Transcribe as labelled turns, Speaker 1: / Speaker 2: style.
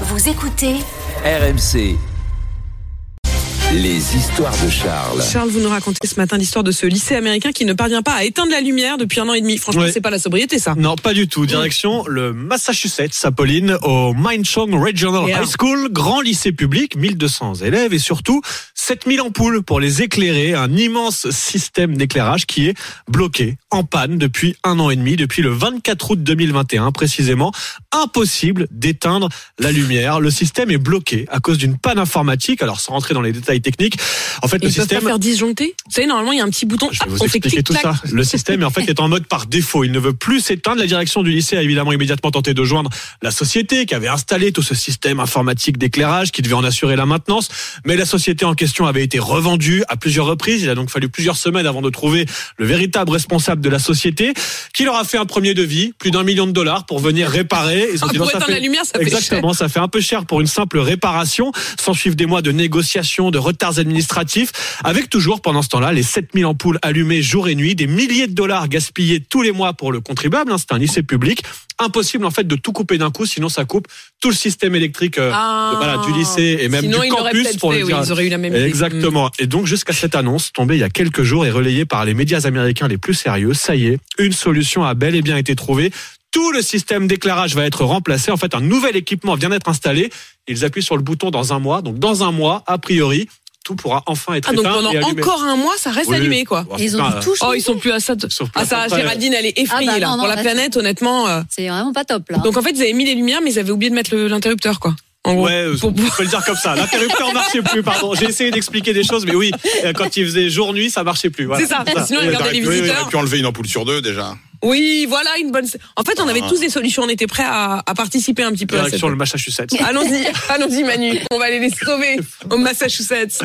Speaker 1: Vous écoutez
Speaker 2: RMC. Les histoires de Charles.
Speaker 3: Charles, vous nous racontez ce matin l'histoire de ce lycée américain qui ne parvient pas à éteindre la lumière depuis un an et demi. Franchement,
Speaker 4: Ouais.
Speaker 3: c'est pas la sobriété, ça.
Speaker 4: Non, pas du tout. Direction le Massachusetts, Apolline, au Minchong Regional
Speaker 3: Et alors
Speaker 4: High School, grand lycée public, 1200 élèves et surtout 7000 ampoules pour les éclairer. Un immense système d'éclairage qui est bloqué, en panne depuis un an et demi, depuis le 24 août 2021 précisément. Impossible d'éteindre la lumière. Le système est bloqué à cause d'une panne informatique. Alors, sans rentrer dans les détails techniques, en fait,
Speaker 3: Et
Speaker 4: le
Speaker 3: ils peuvent pas
Speaker 4: système...
Speaker 3: faire disjoncter. Vous savez, normalement, il y a un petit bouton.
Speaker 4: Je
Speaker 3: Ah,
Speaker 4: vais vous
Speaker 3: on fait
Speaker 4: expliquer
Speaker 3: clic,
Speaker 4: tout
Speaker 3: clac.
Speaker 4: ça. Le système en fait est en mode par défaut. Il ne veut plus s'éteindre. La direction du lycée a évidemment immédiatement tenté de joindre la société qui avait installé tout ce système informatique d'éclairage qui devait en assurer la maintenance. Mais la société en question avait été revendue à plusieurs reprises. Il a donc fallu plusieurs semaines avant de trouver le véritable responsable de la société qui leur a fait un premier devis, plus d'un million de dollars pour venir réparer. Ils ont
Speaker 3: Ah,
Speaker 4: dit,
Speaker 3: pour
Speaker 4: non, ça
Speaker 3: éteindre
Speaker 4: fait-
Speaker 3: la lumière, ça fait
Speaker 4: Exactement, ça fait un peu cher pour une simple réparation. S'en suivent des mois de négociations, de retards administratifs, avec toujours pendant ce temps-là les 7000 ampoules allumées jour et nuit, des milliers de dollars gaspillés tous les mois pour le contribuable. hein, C'est un lycée public. Impossible en fait de tout couper d'un coup, sinon ça coupe tout le système électrique euh,
Speaker 3: Ah.
Speaker 4: de- voilà, du lycée et même
Speaker 3: Sinon,
Speaker 4: du
Speaker 3: ils l'auraient
Speaker 4: campus
Speaker 3: peut-être
Speaker 4: pour
Speaker 3: fait,
Speaker 4: le
Speaker 3: oui,
Speaker 4: dire.
Speaker 3: ils auraient eu la même idée.
Speaker 4: Exactement. Et donc jusqu'à cette annonce tombée il y a quelques jours et relayée par les médias américains les plus sérieux, ça y est, une solution a bel et bien été trouvée. Tout le système d'éclairage va être remplacé. En fait, un nouvel équipement vient d'être installé. Ils appuient sur le bouton dans un mois. Donc dans un mois, a priori, tout pourra enfin être
Speaker 3: Ah, donc
Speaker 4: éteint
Speaker 3: pendant
Speaker 4: et allumé.
Speaker 3: encore un mois, ça reste
Speaker 4: Oui.
Speaker 3: allumé, quoi.
Speaker 4: Bon,
Speaker 5: Et ils
Speaker 4: c'est
Speaker 5: ont
Speaker 4: pas-
Speaker 5: du tout changé.
Speaker 3: Oh, ils sont plus à ça. de-
Speaker 4: Sauf que
Speaker 3: Ah, ça,
Speaker 4: après-
Speaker 3: Géraldine, elle est effrayée,
Speaker 5: Ah, bah,
Speaker 3: là.
Speaker 5: non, non,
Speaker 3: Pour la
Speaker 5: là,
Speaker 3: planète, honnêtement. euh,
Speaker 5: C'est vraiment pas top là.
Speaker 3: Donc, en fait, ils avaient mis les lumières, mais ils avaient oublié de mettre le- l'interrupteur, quoi. En gros.
Speaker 4: Ouais, euh,
Speaker 3: Pour-
Speaker 4: on peut le dire comme ça. L'interrupteur marchait plus, pardon. J'ai essayé d'expliquer des choses, mais oui, euh, quand il faisait jour-nuit, ça marchait plus. Voilà.
Speaker 3: C'est ça. Sinon, elle
Speaker 4: Ouais,
Speaker 3: regardait les
Speaker 4: oui, oui,
Speaker 3: visiteurs.
Speaker 6: T'aurais pu enlever une ampoule sur deux déjà.
Speaker 3: Oui, voilà une bonne. En fait, on avait
Speaker 6: Ah.
Speaker 3: tous des solutions. On était prêts à, à participer un petit peu à cette
Speaker 4: Direction le Massachusetts.
Speaker 3: Allons-y, allons-y Manu, on va aller les sauver au Massachusetts.